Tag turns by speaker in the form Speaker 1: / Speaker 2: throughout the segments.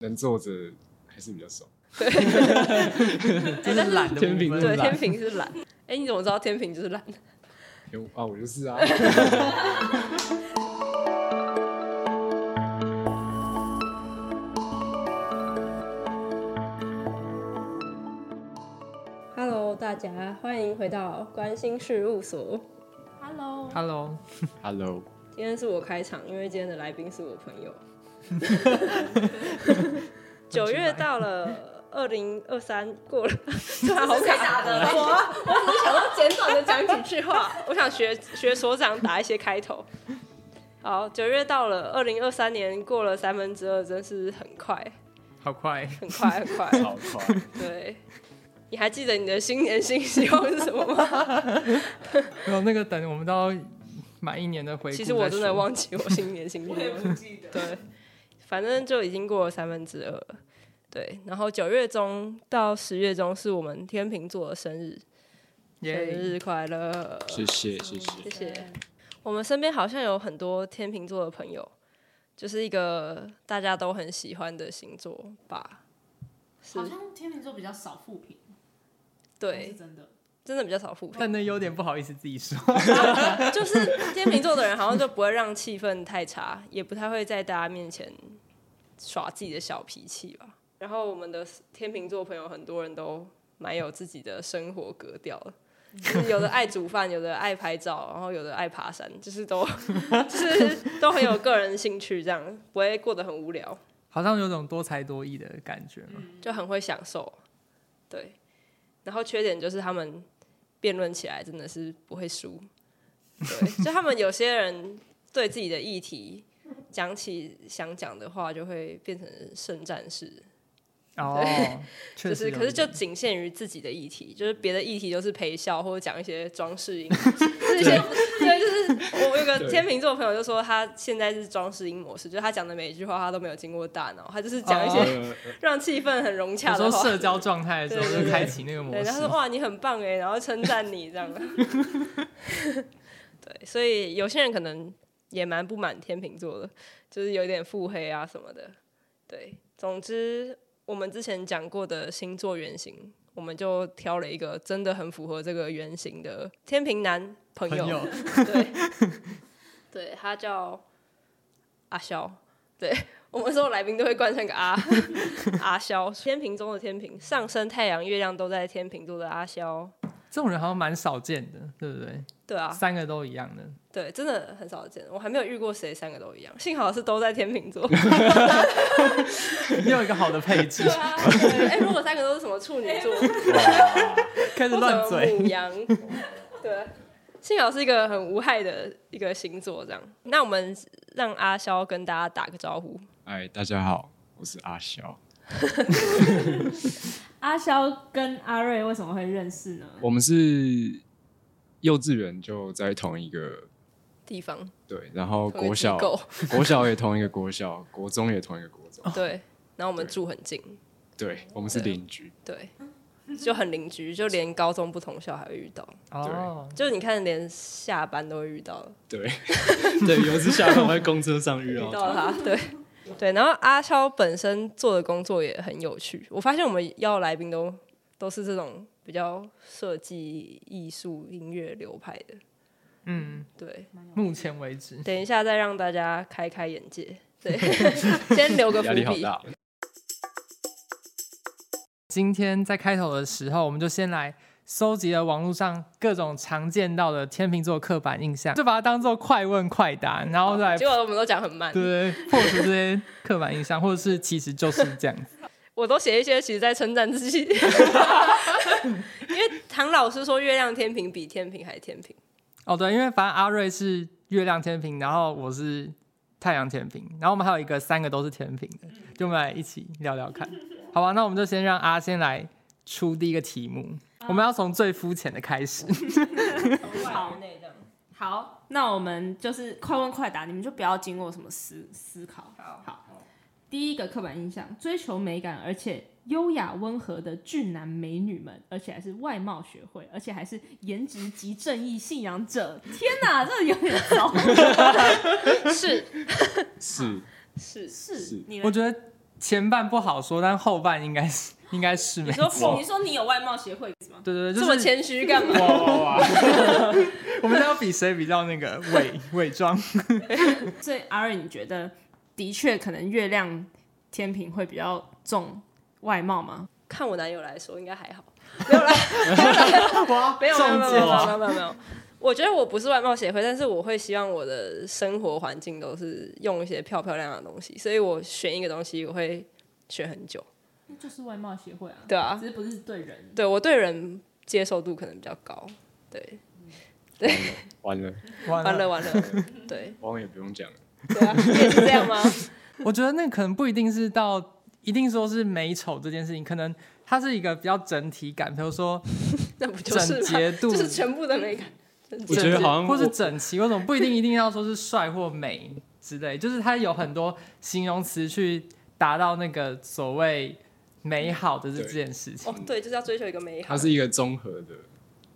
Speaker 1: 能坐着还是比较爽。
Speaker 2: 这是懒的
Speaker 3: 天
Speaker 2: 部
Speaker 3: 平
Speaker 2: 分
Speaker 3: 真的
Speaker 4: 哎对，
Speaker 2: 啦
Speaker 3: 懒
Speaker 4: 天平是懒。哎，你怎么知道天平就是懒？
Speaker 1: 有啊，我就是啊。
Speaker 4: Hello，大家欢迎回到关心事务所。Hello，
Speaker 2: Hello，
Speaker 1: Hello，
Speaker 4: 今天是我开场，因为今天的来宾是我朋 友。九月到了，二零二三过 了，突啊然好卡的。我我只是想要简短的讲几句话，我想学学所长打一些开头。好，九月到了，二零二三年过了三分之二，真是很快，
Speaker 2: 好快，
Speaker 4: 很快，很快。
Speaker 1: 好快，
Speaker 4: 对，你还记得你的新年新希望是什么吗？
Speaker 2: 没有那个等我们到满一年的回顾
Speaker 4: 其
Speaker 2: 再说，
Speaker 4: 实我真的忘记我新年新希
Speaker 5: 我也不
Speaker 4: 望。
Speaker 5: 记得。
Speaker 4: 对，反正就已经过了三分之二了。对，然后九月中到十月中是我们天秤座的生日，生
Speaker 2: 耶，
Speaker 4: 日快乐！
Speaker 1: 谢谢谢谢。
Speaker 4: 谢谢。我们身边好像有很多天秤座的朋友，就是一个大家都很喜欢的星座吧？是
Speaker 5: 好，像天秤座比较少负评，是
Speaker 4: 对，
Speaker 5: 真的。
Speaker 4: 真的比较少负评。
Speaker 2: 但那有点不好意思自己说，
Speaker 4: 就是天秤座的人，好像就不会让气氛太差，也不太会在大家面前耍自己的小脾气吧。然后我们的天秤座朋友，很多人都蛮有自己的生活格调的，就是有的爱煮饭，有的爱拍照，然后有的爱爬山，就是都 就是都很有个人兴趣，这样不会过得很无聊，
Speaker 2: 好像有种多才多艺的感觉嘛。
Speaker 4: 就很会享受。对，然后缺点就是他们辩论起来真的是不会输。对，就他们有些人对自己的议题讲起想讲的话，就会变成圣战士，
Speaker 2: 哦，确
Speaker 4: 就
Speaker 2: 实
Speaker 4: 是
Speaker 2: 有一点，
Speaker 4: 可是就仅限于自己的议题，就是别的议题都是陪笑或者讲一些装饰阴 谋，就是一些对，就是我有个
Speaker 1: 对
Speaker 4: 天秤座朋友就说他现在是装饰音模式，就是他讲的每一句话他都没有经过大脑，他就是讲一些
Speaker 2: 哦
Speaker 1: 呃，
Speaker 4: 让气氛很融洽
Speaker 2: 有时
Speaker 4: 的
Speaker 2: 候
Speaker 4: 话。
Speaker 2: 社交状态的时
Speaker 4: 对
Speaker 2: 候
Speaker 4: 对
Speaker 2: 就
Speaker 4: 对
Speaker 2: 开启那个模
Speaker 4: 对，
Speaker 2: 式
Speaker 4: 他，说哇你很棒哎，然后称赞你这 样。对，所以有些人可能也蛮不满天秤座的，就是有点腹黑啊什么的。对，总之我们之前讲过的星座原型，我们就挑了一个真的很符合这个原型的天秤男朋
Speaker 2: 朋
Speaker 4: 友。
Speaker 2: 友
Speaker 4: 对， 对他叫阿萧。对我们所有来宾都会冠上个阿 阿萧，天平中的天平，上升太阳、月亮都在天平座的阿萧。
Speaker 2: 这种人好像蛮少见的，对不对？
Speaker 4: 对啊，
Speaker 2: 三个都一样的，
Speaker 4: 对，真的很少见，我还没有遇过谁三个都一样。幸好是都在天秤座。
Speaker 2: 你有一个好的配 置
Speaker 4: 对，啊，对哎、如果三个都是什么处女座，
Speaker 2: 开始
Speaker 4: 或
Speaker 2: 乱
Speaker 4: 者
Speaker 2: 嘴，
Speaker 4: 母羊，对。幸好是一个很无害的一个星座，这样。那我们让阿萧跟大家打个招呼。
Speaker 1: 哎，大家好，我是阿萧。
Speaker 5: 阿萧跟阿瑞为什么会认识呢？
Speaker 1: 我们是幼稚园就在同一个
Speaker 4: 地方
Speaker 1: 对，然后
Speaker 4: 同一个
Speaker 1: 国
Speaker 4: 机
Speaker 1: 小
Speaker 4: 构，
Speaker 1: 国小也同一个国小，国中也同一个国中。
Speaker 4: 对，然后我们
Speaker 1: 对
Speaker 4: 住很近，
Speaker 1: 对，我们是
Speaker 4: 对
Speaker 1: 邻居。
Speaker 4: 对，就很邻居，就连高中不同校还会遇到，
Speaker 2: 哦，
Speaker 4: 就是你看连下班都会遇到了，
Speaker 1: 对 对，有一次下课我在公车上遇
Speaker 4: 遇
Speaker 1: 到。
Speaker 4: 到他，对对。然后阿超本身做的工作也很有趣，我发现我们邀的来宾都都是这种比较设计、艺术、音乐流派的，
Speaker 2: 嗯，
Speaker 4: 对。
Speaker 2: 目前为止，
Speaker 4: 等一下再让大家开开眼界，对，先留个伏
Speaker 1: 压力好
Speaker 4: 笔，
Speaker 1: 大。
Speaker 2: 今天在开头的时候，我们就先来搜集了网络上各种常见到的天秤座刻板印象，就把它当做快问快答，然后再来
Speaker 4: 结果我们都讲很慢，
Speaker 2: 对破除这些刻板印象，或者是其实就是这样子。
Speaker 4: 我都写一些，其实在称赞自己，因为唐老师说月亮天平比天平还天平，
Speaker 2: 哦，对，因为反正阿瑞是月亮天平，然后我是太阳天平，然后我们还有一个三个都是天平的，就我们来一起聊聊看，好吧？那我们就先让阿先来出第一个题目，我们要从最肤浅的开始。
Speaker 5: 好
Speaker 4: 内这样。
Speaker 5: 好，那我们就是快问快答，你们就不要经过什么思思考。好，第一个刻板印象，追求美感而且优雅温和的俊男美女们，而且还是外貌学会，而且还是颜值及正义信仰者。天哪，这有点糟。
Speaker 4: 是
Speaker 1: 是
Speaker 4: 是，
Speaker 5: 是
Speaker 1: 是
Speaker 5: 你
Speaker 2: 我
Speaker 5: 们
Speaker 2: 觉得前半不好说，但后半应该是应该是没
Speaker 5: 你。说你说你有外貌协会是吗？
Speaker 2: 对对对，
Speaker 4: 这么
Speaker 2: 就是
Speaker 4: 谦虚干嘛？
Speaker 1: 哇哇哇！
Speaker 2: 我们现在要比谁比较那个 伪伪装。
Speaker 5: 所以阿瑞，你觉得的确可能月亮天平会比较重外貌吗？
Speaker 4: 看我男友来说，应该还好，没 有啦，没有啦，没有没有没有没有没有没有没有。我觉得我不是外貌协会，但是我会希望我的生活环境都是用一些漂漂亮亮的东西，所以我选一个东西我会选很久。
Speaker 5: 就是外貌协会啊，
Speaker 4: 对啊
Speaker 5: 只是不是对人。
Speaker 4: 对我对人接受度可能比较高，对，
Speaker 1: 完了，
Speaker 2: 完
Speaker 4: 完了完了， 对
Speaker 1: 汪也不用讲了，
Speaker 4: 对啊，你也是这样吗？
Speaker 2: 我觉得那可能不一定是到一定说是美丑这件事情，可能它是一个比较整体感，比如说
Speaker 4: 那不就是
Speaker 2: 整
Speaker 4: 吗？
Speaker 2: 洁度，
Speaker 4: 就是全部的美感。整
Speaker 1: 我
Speaker 4: 洁
Speaker 1: 觉得好像
Speaker 2: 或是
Speaker 1: 我
Speaker 2: 整齐，为什么不一定一定要说是帅或美之类？就是它有很多形容词去达到那个所谓美好的这
Speaker 1: 对
Speaker 2: 这件事情
Speaker 4: 哦，，对，就是要追求一个美好
Speaker 1: 它。是一个综合的，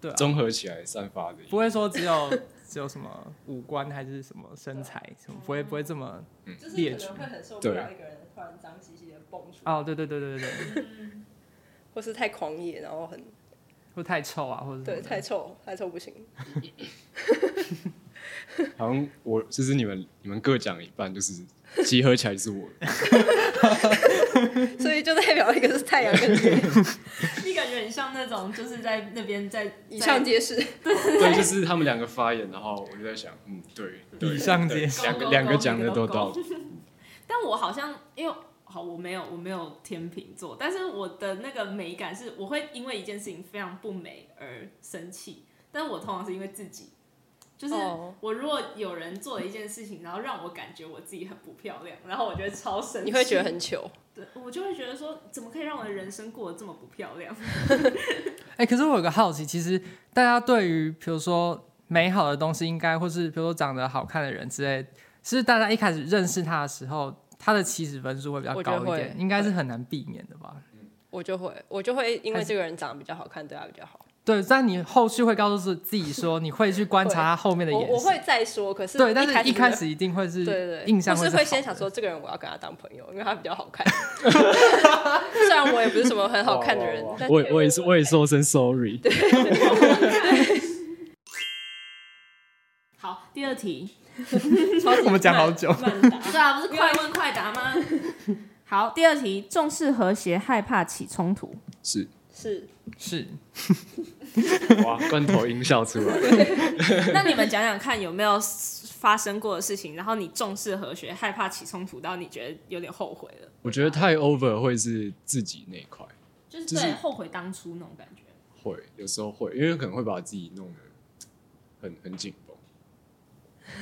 Speaker 2: 对啊，
Speaker 1: 综合起来散发的一
Speaker 2: 不
Speaker 1: 个。
Speaker 2: 会说只有 只有什么五官还是什么身材什
Speaker 4: 嗯
Speaker 2: 么，不会不会这么
Speaker 4: 就是
Speaker 2: 列举
Speaker 4: 很受
Speaker 1: 对
Speaker 4: 一个人突然脏兮兮的蹦出来，
Speaker 2: 哦，对对对对对对，
Speaker 4: 或是太狂野，然后很
Speaker 2: 或太臭啊，或者
Speaker 4: 对
Speaker 2: 什么的
Speaker 4: 太臭，太臭不行。
Speaker 1: 好像我就是你们，你们各讲一半，就是集合起来就是我。
Speaker 4: 所以就代表一个是太阳跟月亮
Speaker 5: 你感觉很像那种就是在那边在
Speaker 4: 以上
Speaker 5: 在
Speaker 4: 皆是。
Speaker 1: 对，就是他们两个发言，然后我就在想，嗯，对，对
Speaker 2: 以上皆
Speaker 1: 对
Speaker 2: 是
Speaker 1: 两
Speaker 5: 勾
Speaker 1: 个
Speaker 5: 勾
Speaker 1: 两个
Speaker 5: 勾
Speaker 1: 讲的
Speaker 5: 勾
Speaker 1: 都
Speaker 5: 勾
Speaker 1: 到，
Speaker 5: 但我好像因为好，我没有我没有天秤座，但是我的那个美感是我会因为一件事情非常不美而生气，但我通常是因为自己，就是
Speaker 4: 哦
Speaker 5: 我如果有人做了一件事情，然后让我感觉我自己很不漂亮，然后我觉得超生 气，
Speaker 4: 你会觉得很糗，
Speaker 5: 对，我就会觉得说怎么可以让我的人生过得这么不漂亮？
Speaker 2: 哎、可是我有个好奇，其实大家对于比如说美好的东西，应该或是比如说长得好看的人之类，是大家一开始认识他的时候，他的起始分数会比较
Speaker 4: 我觉得
Speaker 2: 高一点，
Speaker 4: 会
Speaker 2: 应该是很难避免的吧？
Speaker 4: 我就会，我就会因
Speaker 2: 还
Speaker 4: 为
Speaker 2: 是
Speaker 4: 这个人长得比较好看，对他比较好。
Speaker 2: 对，但你后续会告诉自己说，你会去观察他后面的
Speaker 4: 我
Speaker 2: 眼
Speaker 4: 我
Speaker 2: 神。
Speaker 4: 会再说，可是
Speaker 2: 对，但是
Speaker 4: 一
Speaker 2: 一开
Speaker 4: 就
Speaker 2: 始一定会
Speaker 4: 会
Speaker 2: 是
Speaker 4: 对对对，
Speaker 2: 印象
Speaker 4: 我是
Speaker 2: 是
Speaker 4: 会
Speaker 2: 好
Speaker 4: 先
Speaker 2: 的
Speaker 4: 想说这个人我要跟他当朋友，因为他比较好看。 虽然我也不是什么很好看的人
Speaker 1: 哇哇哇，
Speaker 4: 但
Speaker 1: 哦我也我也是我也说声 sorry。
Speaker 5: 好，第二题，
Speaker 2: 我们讲好久，
Speaker 5: 对啊，不是快问快答 吗？好，第二题，重视和谐，害怕起冲突。
Speaker 1: 是
Speaker 4: 是
Speaker 2: 是
Speaker 1: 哇，罐头音效出来，
Speaker 5: 那你们讲讲看，有没有发生过的事情，然后你重视和谐，害怕起冲突，到你觉得有点后悔了？
Speaker 1: 我觉得太 over 会是自己那一块
Speaker 5: 就是
Speaker 1: 就是
Speaker 5: 后悔当初那种感觉。
Speaker 1: 会，有时候会，因为可能会把自己弄得很很紧绷。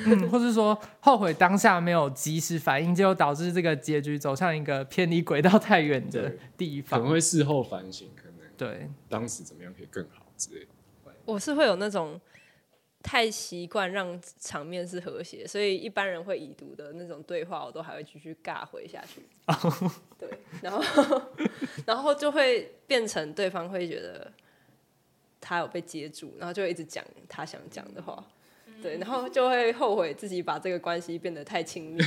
Speaker 2: 嗯， 或是说后悔当下没有及时反应，结果导致这个结局走向一个偏离轨道太远的
Speaker 1: 对
Speaker 2: 地
Speaker 1: 可能
Speaker 2: 方。
Speaker 1: 会事后反省，可能
Speaker 2: 对，
Speaker 1: 当时怎么样可以更好之类的。
Speaker 4: 我是会有那种太习惯让场面是和谐，所以一般人会已读的那种对话，我都还会继续尬回下去。对，然后然后就会变成对方会觉得他有被接住，然后就会一直讲他想讲的话。对，然后就会后悔自己把这个关系变得太亲密，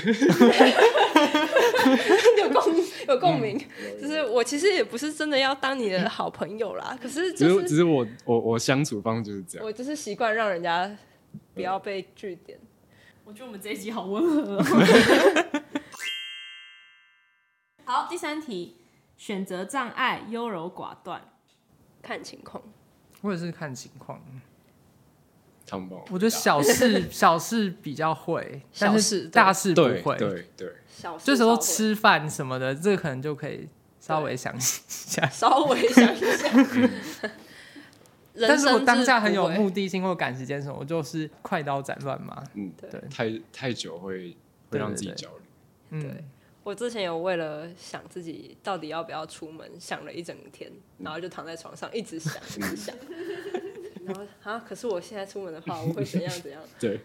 Speaker 4: 有共有共鸣，就是我其实也不是真的要当你的好朋友啦，可是
Speaker 1: 只
Speaker 4: 就是
Speaker 1: 是只是我我我相处方式就是这样，
Speaker 4: 我就是习惯让人家不要被据点。
Speaker 5: 我觉得我们这一集好温和、哦。 好，第三题，选择障碍，优柔寡断。
Speaker 4: 看情况，
Speaker 2: 我也是看情况。
Speaker 1: 他们帮我回答。
Speaker 2: 我觉得小事小事比较会，
Speaker 4: 小
Speaker 2: 但
Speaker 4: 事
Speaker 2: 是
Speaker 4: 对
Speaker 2: 大事不
Speaker 1: 啊对
Speaker 2: 会。
Speaker 1: 对对，
Speaker 4: 小事
Speaker 2: 就时候
Speaker 4: 稍微
Speaker 2: 吃饭什么的，这个可能就可以稍微详 细一下。
Speaker 4: 稍微想一下。人
Speaker 2: 但是我
Speaker 4: 生
Speaker 2: 当下很有
Speaker 4: 不会
Speaker 2: 目的性或赶时间什么，我就是快刀斩乱麻。
Speaker 1: 嗯，
Speaker 4: 对
Speaker 1: 太太久会会让自己焦虑。
Speaker 2: 嗯
Speaker 4: 对，我之前有为了想自己到底要不要出门，想了一整天，然后就躺在床上一直想，
Speaker 2: 嗯
Speaker 4: 一直想。然后啊，可是我现在出门的话，我会怎样怎样？
Speaker 1: 对，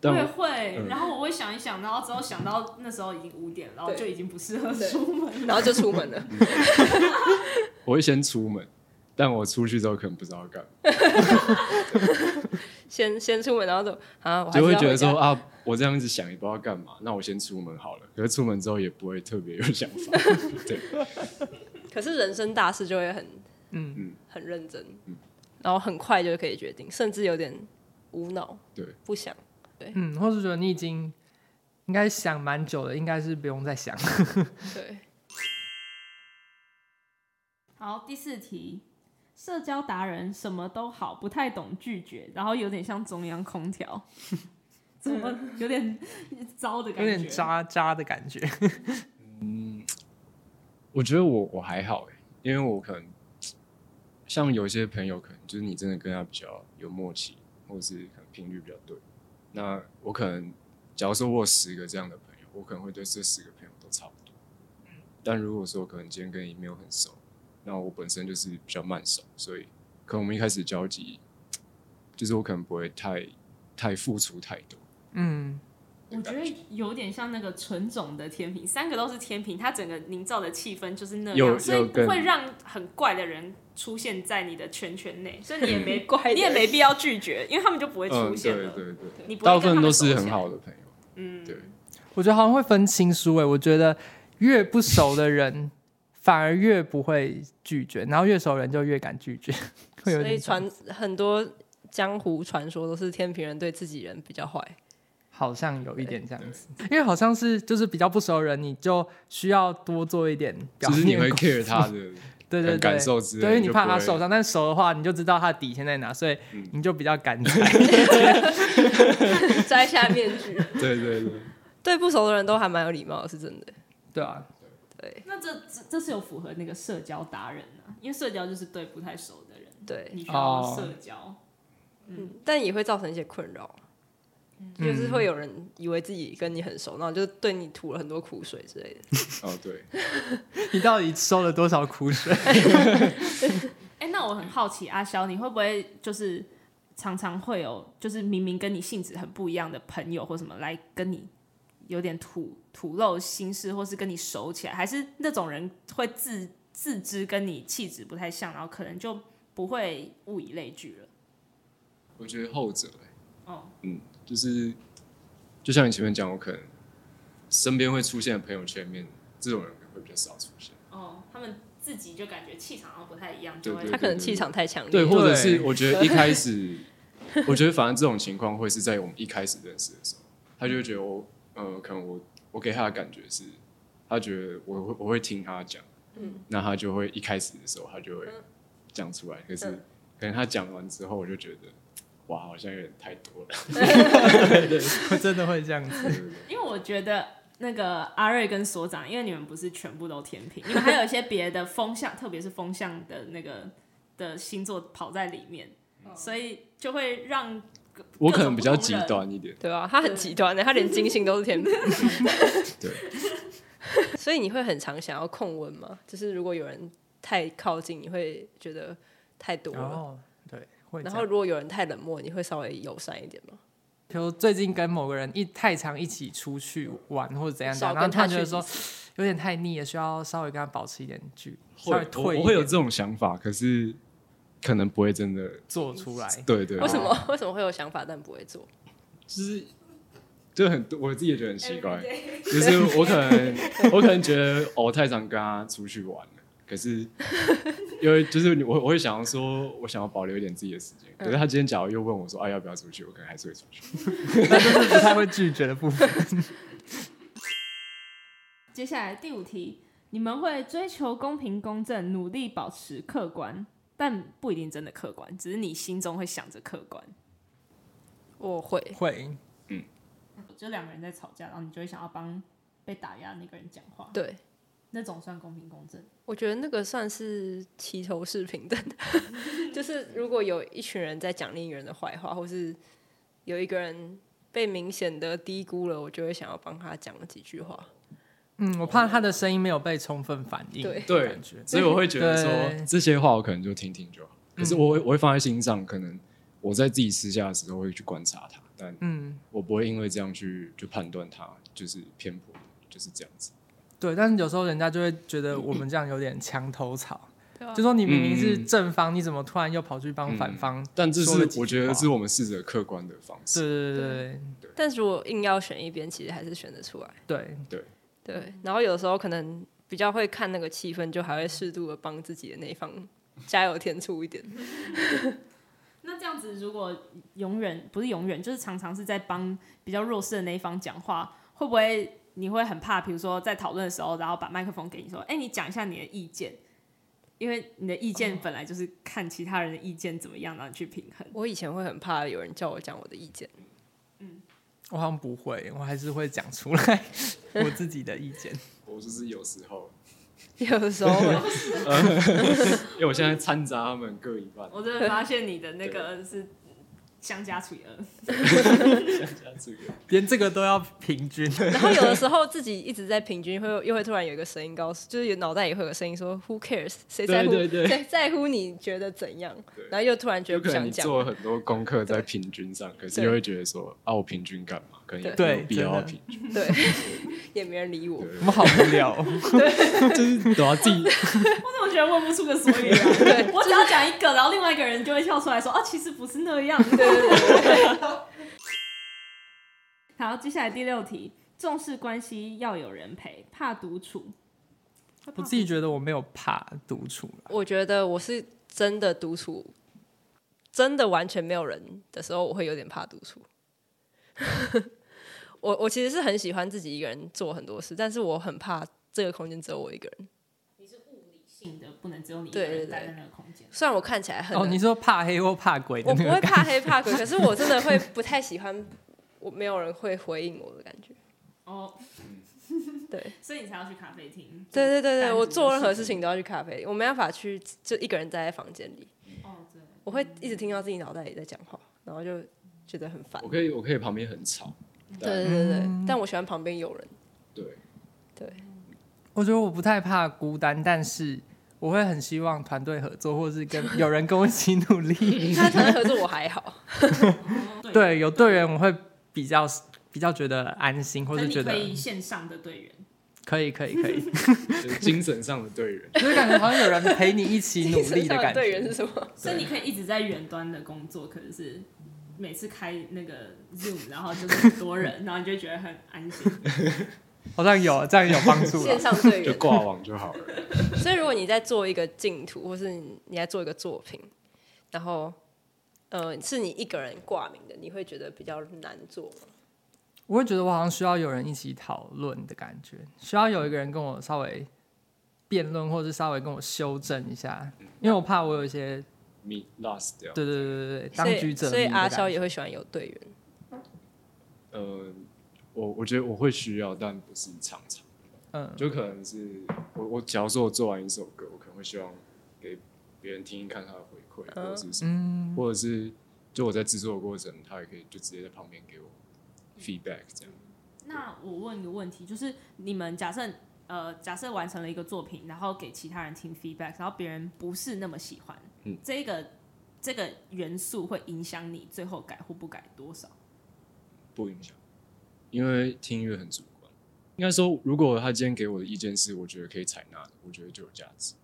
Speaker 1: 但
Speaker 5: 我也
Speaker 1: 我
Speaker 5: 会，
Speaker 1: 嗯
Speaker 5: 然后我会想一想，然后之后想到那时候已经五点，然后
Speaker 4: 对
Speaker 5: 就已经不适合
Speaker 4: 对
Speaker 5: 出门。
Speaker 4: 然后就出门了。
Speaker 1: 我会先出门，但我出去之后可能不知道干嘛，
Speaker 4: 先先出门，然后就啊，我
Speaker 1: 就
Speaker 4: 还
Speaker 1: 是会
Speaker 4: 要
Speaker 1: 觉得
Speaker 4: 回家
Speaker 1: 说啊，我这样子想也不知道干嘛，那我先出门好了。可是出门之后也不会特别有想法，对，
Speaker 4: 可是人生大事就会很
Speaker 2: 嗯
Speaker 1: 嗯
Speaker 4: 很认真
Speaker 1: 嗯，
Speaker 4: 然后很快就可以决定，甚至有点无脑，
Speaker 1: 对，
Speaker 4: 不想。
Speaker 2: 嗯，或是觉得你已经应该想蛮久了，应该是不用再想。
Speaker 4: 对，
Speaker 5: 好，第四题，社交达人什么都好，不太懂拒绝，然后有点像中央空调， 怎 么有点糟的感
Speaker 2: 有
Speaker 5: 觉？
Speaker 2: 点。渣渣的感觉。
Speaker 1: 我觉得我我还好哎、因为我可能像有些朋友，可能就是你真的跟他比较有默契，或者是可能频率比较对。那我可能假如说我有十个这样的朋友，我可能会对这十个朋友都差不多。
Speaker 5: 嗯
Speaker 1: 但如果说可能今天跟你没有很熟，那我本身就是比较慢熟，所以可能我们一开始交集，就是我可能不会太太付出太多。
Speaker 2: 嗯，
Speaker 5: 我觉得有点像那个纯种的天平，三个都是天平，它整个营造的气氛就是那
Speaker 1: 有
Speaker 5: 样，所以
Speaker 1: 有
Speaker 5: 不
Speaker 1: 跟
Speaker 5: 会让很怪的人出现在你的圈圈内，所以你也 没怪，你也没必要拒绝，因为他们就不会出
Speaker 1: 嗯，
Speaker 5: 现
Speaker 1: 对
Speaker 5: 了。
Speaker 1: 对对，
Speaker 5: 你不会
Speaker 1: 大部
Speaker 5: 跟
Speaker 1: 分
Speaker 5: 他们
Speaker 1: 都
Speaker 5: 熟
Speaker 1: 是
Speaker 5: 起
Speaker 1: 很
Speaker 5: 来
Speaker 1: 好的朋友，
Speaker 5: 嗯，
Speaker 1: 对。
Speaker 2: 我觉得好像会分亲疏诶、我觉得越不熟的人反而越不会拒绝，然后越熟人就越敢拒绝， 会有
Speaker 4: 所以
Speaker 2: 点这样
Speaker 4: 传很多江湖传说都是天平人对自己人比较坏，
Speaker 2: 好像有一点这样子，因为好像是就是比较不熟的人，你就需要多做一点表
Speaker 1: 就是你
Speaker 2: 面
Speaker 1: 会
Speaker 2: 功
Speaker 1: care 他的。
Speaker 2: 对对对
Speaker 1: 感受之类的
Speaker 2: 对，因为你
Speaker 1: 就
Speaker 2: 怕
Speaker 1: 不
Speaker 2: 他
Speaker 1: 会
Speaker 2: 受伤，但熟的话你就知道他的底线在哪，所以
Speaker 1: 嗯
Speaker 2: 你就比较 敢猜。
Speaker 4: 摘下面具。
Speaker 1: 对对对，
Speaker 4: 对不熟的人都还蛮有礼貌的，是真的。
Speaker 2: 对啊，
Speaker 4: 对
Speaker 5: 那这这这是有符合那个社交达人啊，因为社交就是对不太熟的人，
Speaker 4: 对，
Speaker 5: 你需要
Speaker 2: 哦
Speaker 5: 社交。
Speaker 4: 嗯，但也会造成一些困扰，
Speaker 2: 嗯
Speaker 4: 就是会有人以为自己跟你很熟，然后就对你吐了很多苦水之类的。
Speaker 1: 哦对，
Speaker 2: 你到底收了多少苦水？
Speaker 5: 哎、那我很好奇，阿肖，你会不会就是常常会有，就是明明跟你性质很不一样的朋友或什么来跟你有点吐吐露心事，或是跟你熟起来，还是那种人会自自知跟你气质不太像，然后可能就不会物以类聚了？
Speaker 1: 我觉得后者、欸，
Speaker 5: 哦，
Speaker 1: 就是就像你前面讲，我可能身边会出现的朋友圈里面，这种人会比较少出现。
Speaker 5: 哦，他们自己就感觉气场好像不太一样，
Speaker 1: 对
Speaker 5: 就会
Speaker 1: 对
Speaker 4: 他可能气场太强烈，
Speaker 5: 嗯
Speaker 1: 对，或者是我觉得一开 始，我觉得反正这种情况会是在我们一开始认识的时候，他就会觉得我，呃，可能我我给他的感觉是，他觉得我会我会听他讲，
Speaker 4: 嗯，
Speaker 1: 那他就会一开始的时候他就会讲出来，可是
Speaker 4: 嗯
Speaker 1: 可能他讲完之后，我就觉得，哇，好像有点太多了。
Speaker 2: 真的会这样 子？
Speaker 1: 对对对
Speaker 5: 因为我觉得那个阿瑞跟所长，因为你们不是全部都天平，你们还有一些别的风向，特别是风向的那个的星座跑在里面，所以就会让各
Speaker 1: 我可能比较
Speaker 5: 各
Speaker 1: 极
Speaker 5: 种不同人
Speaker 1: 端一点，
Speaker 4: 对吧、他很极端的，欸他连金星都是天 平。
Speaker 1: 对，
Speaker 4: 所以你会很常想要控温吗？就是如果有人太靠近，你会觉得太多
Speaker 2: 然
Speaker 4: 了。
Speaker 2: 后对，哦会这
Speaker 4: 然
Speaker 2: 样。
Speaker 4: 后如果有人太冷漠，你会稍微友善一点吗？
Speaker 2: 比如最近跟某个人一太常一起出去玩或者怎样怎
Speaker 4: 少
Speaker 2: 样，然后
Speaker 4: 跟
Speaker 2: 突然觉
Speaker 4: 去
Speaker 2: 得说有点太腻了，需要稍微跟他保持一点距离，稍微
Speaker 1: 会
Speaker 2: 退
Speaker 1: 我
Speaker 2: 一
Speaker 1: 我会有
Speaker 2: 点
Speaker 1: 这种想法，可是可能不会真的，
Speaker 2: 做出来。
Speaker 1: 对对，
Speaker 4: 为什
Speaker 1: 对
Speaker 4: 么 为什么会有想法但不会做？
Speaker 1: 就是就很我自己也觉得很奇怪，就是我可能我可能觉得哦太常跟他出去玩了，可是因为就是我我会想要说，我想要保留一点自己的时间，可是他今天假如又问我说，哎、要不要出去，我可能还是会出去。
Speaker 2: 那就是 不太会拒绝的部分。
Speaker 5: 接下来第五题，你们会追求公平公正，努力保持客观，但不一定真的客观，只是你心中会想着客观。
Speaker 4: 我会，
Speaker 2: 会，
Speaker 5: 就两个人在吵架，然后你就会想要帮被打压的那个人讲话，
Speaker 4: 对
Speaker 5: 那种算公平公正。
Speaker 4: 我觉得那个算是齐头式平等， 就是如果有一群人在讲另一个人的坏话，或是有一个人被明显的低估了，我就会想要帮他讲几句话。
Speaker 2: 嗯，我怕他的声音没有被充分反映，
Speaker 4: 对
Speaker 1: 对
Speaker 2: 感觉，
Speaker 1: 所以我会觉得说
Speaker 2: 对嗯
Speaker 1: 这些话我可能就听听就好，可是我会我会放在心上，可能我在自己私下的时候会去观察他，但
Speaker 2: 嗯，
Speaker 1: 我不会因为这样去就判断他就是偏颇，就是这样子。
Speaker 2: 对。但是有时候人家就会觉得我们这样有点墙头草，
Speaker 4: 对啊
Speaker 2: 就说你明明是
Speaker 1: 嗯
Speaker 2: 正方，你怎么突然又跑去帮反方？
Speaker 1: 但这
Speaker 2: 说了几
Speaker 1: 是我
Speaker 2: 句
Speaker 1: 觉得
Speaker 2: 话嗯
Speaker 1: 是我们试着客观的方
Speaker 2: 对
Speaker 1: 式。
Speaker 2: 对对对
Speaker 4: 但是如果硬要选一边，其实还是选得出来。
Speaker 2: 对，
Speaker 4: 对，
Speaker 1: 嗯
Speaker 4: 然后有时候可能比较会看那个气氛，就还会适度的帮自己的那 一方加油添醋一点。
Speaker 5: 那这样子，如果永远不是永远，就是常常是在帮比较弱势的那一方讲话，会不会你会很怕？比如说在讨论的时候，然后把麦克风给你说：“哎、你讲一下你的意见。”因为你的意见本来就是看其他人的意见怎么样，然后你去平衡。
Speaker 4: 我以前会很怕有人叫我讲我的意见，
Speaker 2: 我好像不会，我还是会讲出来 我自己的意见。
Speaker 1: 我就是有时候，
Speaker 4: 有的时候会
Speaker 1: 因为我现在掺杂他们各一半，
Speaker 5: 我真的发现你的那个是相加除以二，
Speaker 1: 加这 个
Speaker 2: 连这个都要平均，
Speaker 4: 然后有的时候自己一直在平均，会又会突然有一个声音告诉，就是有脑袋也会有个声音说 “Who cares？谁在乎？
Speaker 1: 对对对
Speaker 4: 谁在乎你觉得怎样
Speaker 1: 对？”
Speaker 4: 然后又突然觉得
Speaker 1: 有
Speaker 4: 不
Speaker 1: 可能
Speaker 4: 想
Speaker 1: 你
Speaker 4: 讲，
Speaker 1: 做了很多功课在平均上，可是
Speaker 4: 对
Speaker 1: 又会觉得说啊，我平均干嘛？可能也没
Speaker 2: 对
Speaker 1: 有必要
Speaker 2: 真的
Speaker 1: 平均。
Speaker 4: 对， 也没人理我。
Speaker 2: 我们好无聊哦，
Speaker 1: 就是都要自己
Speaker 5: 我怎么觉得问不出个所以然？
Speaker 4: 对
Speaker 5: 我只要讲一个，然后另外一个人就会跳出来说：“哦、其实不是那样。”
Speaker 4: 对对对对，
Speaker 5: 好，接下来第六题，重视关系要有人陪，怕独处。
Speaker 2: 我自己觉得我没有怕独处了，
Speaker 4: 我觉得我是真的独处，真的完全没有人的时候，我会有点怕独处。 我我其实是很喜欢自己一个人做很多事，但是我很怕这个空间只有我一个人。
Speaker 5: 性的不能只有你一个
Speaker 4: 对
Speaker 5: 人
Speaker 4: 对
Speaker 5: 待
Speaker 4: 对
Speaker 5: 在那个空间。
Speaker 4: 虽然我看起来很
Speaker 2: 哦，你说怕黑或怕鬼的
Speaker 4: 我不
Speaker 2: 那个
Speaker 4: 会
Speaker 2: 感
Speaker 4: 怕黑怕鬼，可是我真的会不太喜欢我没有人会回应我的感觉。
Speaker 5: 哦，
Speaker 4: 对，
Speaker 5: 所以你才要去咖啡厅。
Speaker 4: 对对对对，
Speaker 5: 单独的
Speaker 4: 我做任何事情都要去咖啡，我没办法去就一个人待在房间里，
Speaker 5: 哦，对。
Speaker 4: 我会一直听到自己脑袋里在讲话，然后就觉得很烦
Speaker 1: 我。可以，我可以旁边很吵，
Speaker 4: 对对对对，但我喜欢旁边有人。
Speaker 1: 对，
Speaker 4: 对，
Speaker 2: 我觉得我不太怕孤单，但是我会很希望团队合作，或是跟有人跟我一起努力。
Speaker 4: 他团队合作我还好，
Speaker 2: 对，有队员我会比较比较觉得安心，或
Speaker 5: 那
Speaker 2: 是
Speaker 5: 你
Speaker 2: 觉得
Speaker 5: 可以线上的队员，
Speaker 2: 可以可以可以，，
Speaker 1: 就是精神上的对人
Speaker 2: 就是感觉好像有人陪 你一起努力
Speaker 4: 上
Speaker 2: 感
Speaker 4: 队员是
Speaker 2: 觉。
Speaker 4: 什么？
Speaker 5: 所以你可以一直在远端的工作，可能是每次开那个 Zoom，然后就是很 多人，然后你就觉得很安心。
Speaker 2: 好像有这样有帮助
Speaker 4: 线
Speaker 2: 了。
Speaker 4: 上队
Speaker 1: 就
Speaker 4: 员。
Speaker 1: 挂网就好 了。
Speaker 4: 所以如果你在做一个净土，或是你你在做一个作品，然后呃是你一个人挂名的，你会觉得比较难做吗？
Speaker 2: 我会觉得我好像需要有人一起讨论的感觉，需要有一个人跟我稍微辩论，或是稍微跟我修正一下，因为我怕我有一些
Speaker 1: Me lost 掉，
Speaker 2: 对对对对对当
Speaker 4: 所以
Speaker 2: 局者
Speaker 4: 所以
Speaker 2: 迷的
Speaker 4: 阿
Speaker 2: 感
Speaker 4: 肖
Speaker 2: 觉
Speaker 4: 也会喜欢有队员。
Speaker 1: 呃，我我觉得我会需要，但不是常常，
Speaker 2: 嗯
Speaker 1: 就可能是我我假如说我做完一首歌，我可能会希望给别人听听看他的回馈，或者是什么，
Speaker 2: 嗯
Speaker 1: 或者是就我在制作的过程，他也可以就直接在旁边给我 feedback 这样。
Speaker 5: 那我问一个问题，就是你们假设呃，假设完成了一个作品，然后给其他人听 feedback，然后别人不是那么喜欢，
Speaker 1: 嗯，
Speaker 5: 这个这个元素会影响你最后改或不改多少？
Speaker 1: 不影响，因为听音乐很主观。应该说，如果他今天给我的意见是我觉得可以采纳的，我觉得就有价值。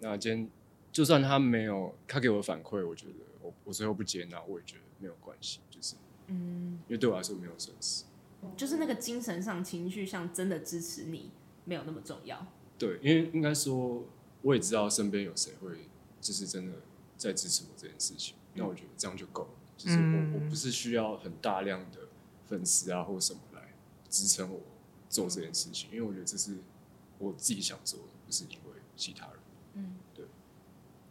Speaker 1: 那今天就算他没有，他给我的反馈，我觉得我我最后不接纳，我也觉得没有关系，就是嗯，因为对我来说没有损失。
Speaker 5: 就是那个精神上、情绪上真的支持你没有那么重要。
Speaker 1: 对，因为应该说，我也知道身边有谁会就是真的在支持我这件事情，那我觉得这样就够了。就是
Speaker 2: 嗯
Speaker 1: 我我不是需要很大量的粉丝啊或什么来支撑我做这件事情，因为我觉得这是我自己想做的，不是因为其他人。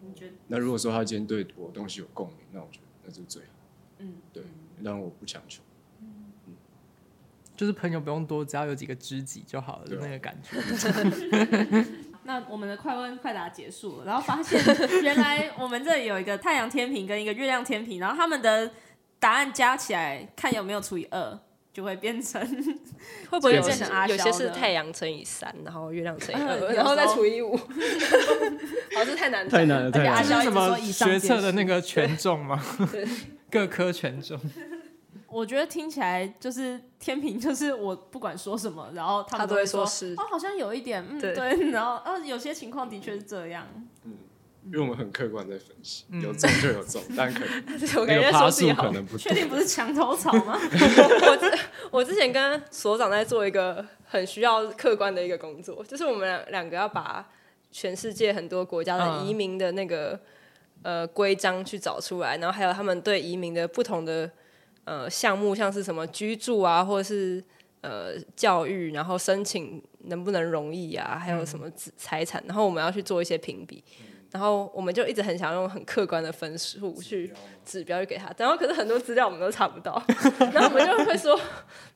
Speaker 5: 你觉得？
Speaker 1: 那如果说他今天对我的东西有共鸣，那我觉得那就是最好。
Speaker 5: 嗯，
Speaker 1: 对，但我不强求。
Speaker 2: 就是朋友不用多，只要有几个知己就好了，
Speaker 1: 对啊
Speaker 2: 那个感觉。
Speaker 5: 那我们的快问快答结束了，然后发现原来我们这里有一个太阳天平跟一个月亮天平，然后他们的答案加起来看有没有除以二，就会变成
Speaker 4: 会不会有
Speaker 1: 就
Speaker 4: 些
Speaker 1: 变
Speaker 5: 成阿
Speaker 4: 有
Speaker 5: 肖
Speaker 4: 些是
Speaker 5: 的
Speaker 4: 太阳乘以三，然后月亮乘以
Speaker 5: 嗯有
Speaker 4: 二，
Speaker 5: 时
Speaker 4: 然后再
Speaker 5: 候
Speaker 4: 除以五？好，这太难，
Speaker 1: 太难了太难
Speaker 5: 了
Speaker 2: 这是什么
Speaker 5: 说以上
Speaker 2: 学测的
Speaker 5: 皆是
Speaker 2: 那个权重吗
Speaker 4: 对？
Speaker 2: 各科权重，
Speaker 5: 我觉得听起来就是天平，就是我不管说什么，然后他
Speaker 4: 他
Speaker 5: 们
Speaker 4: 都
Speaker 5: 会
Speaker 4: 会说
Speaker 5: 说
Speaker 4: 是
Speaker 5: 哦，好像有一点，嗯，
Speaker 4: 对
Speaker 5: 对，然后哦，有些情况的确是这样。
Speaker 1: 嗯，因为我们很客观在分析，
Speaker 2: 嗯
Speaker 1: 有中就有中，但可能
Speaker 4: 我
Speaker 1: 那
Speaker 4: 感觉
Speaker 1: 个
Speaker 4: 说
Speaker 1: 趴
Speaker 4: 自己
Speaker 1: 数
Speaker 4: 好
Speaker 1: 可能不
Speaker 5: 确定
Speaker 1: 对。
Speaker 5: 不是墙头草吗？
Speaker 4: 我之 我之前跟所长在做一个很需要客观的一个工作，就是我们两两个要把全世界很多国家的
Speaker 2: 嗯
Speaker 4: 移民的那个、呃规章去找出来，然后还有他们对移民的不同的呃项目，像是什么居住啊，或者是呃教育，然后申请能不能容易啊，还有什么资财产，然后我们要去做一些评比。然后我们就一直很想用很客观的分数去指标就给他，然后可是很多资料我们都查不到， 然后我们就会说，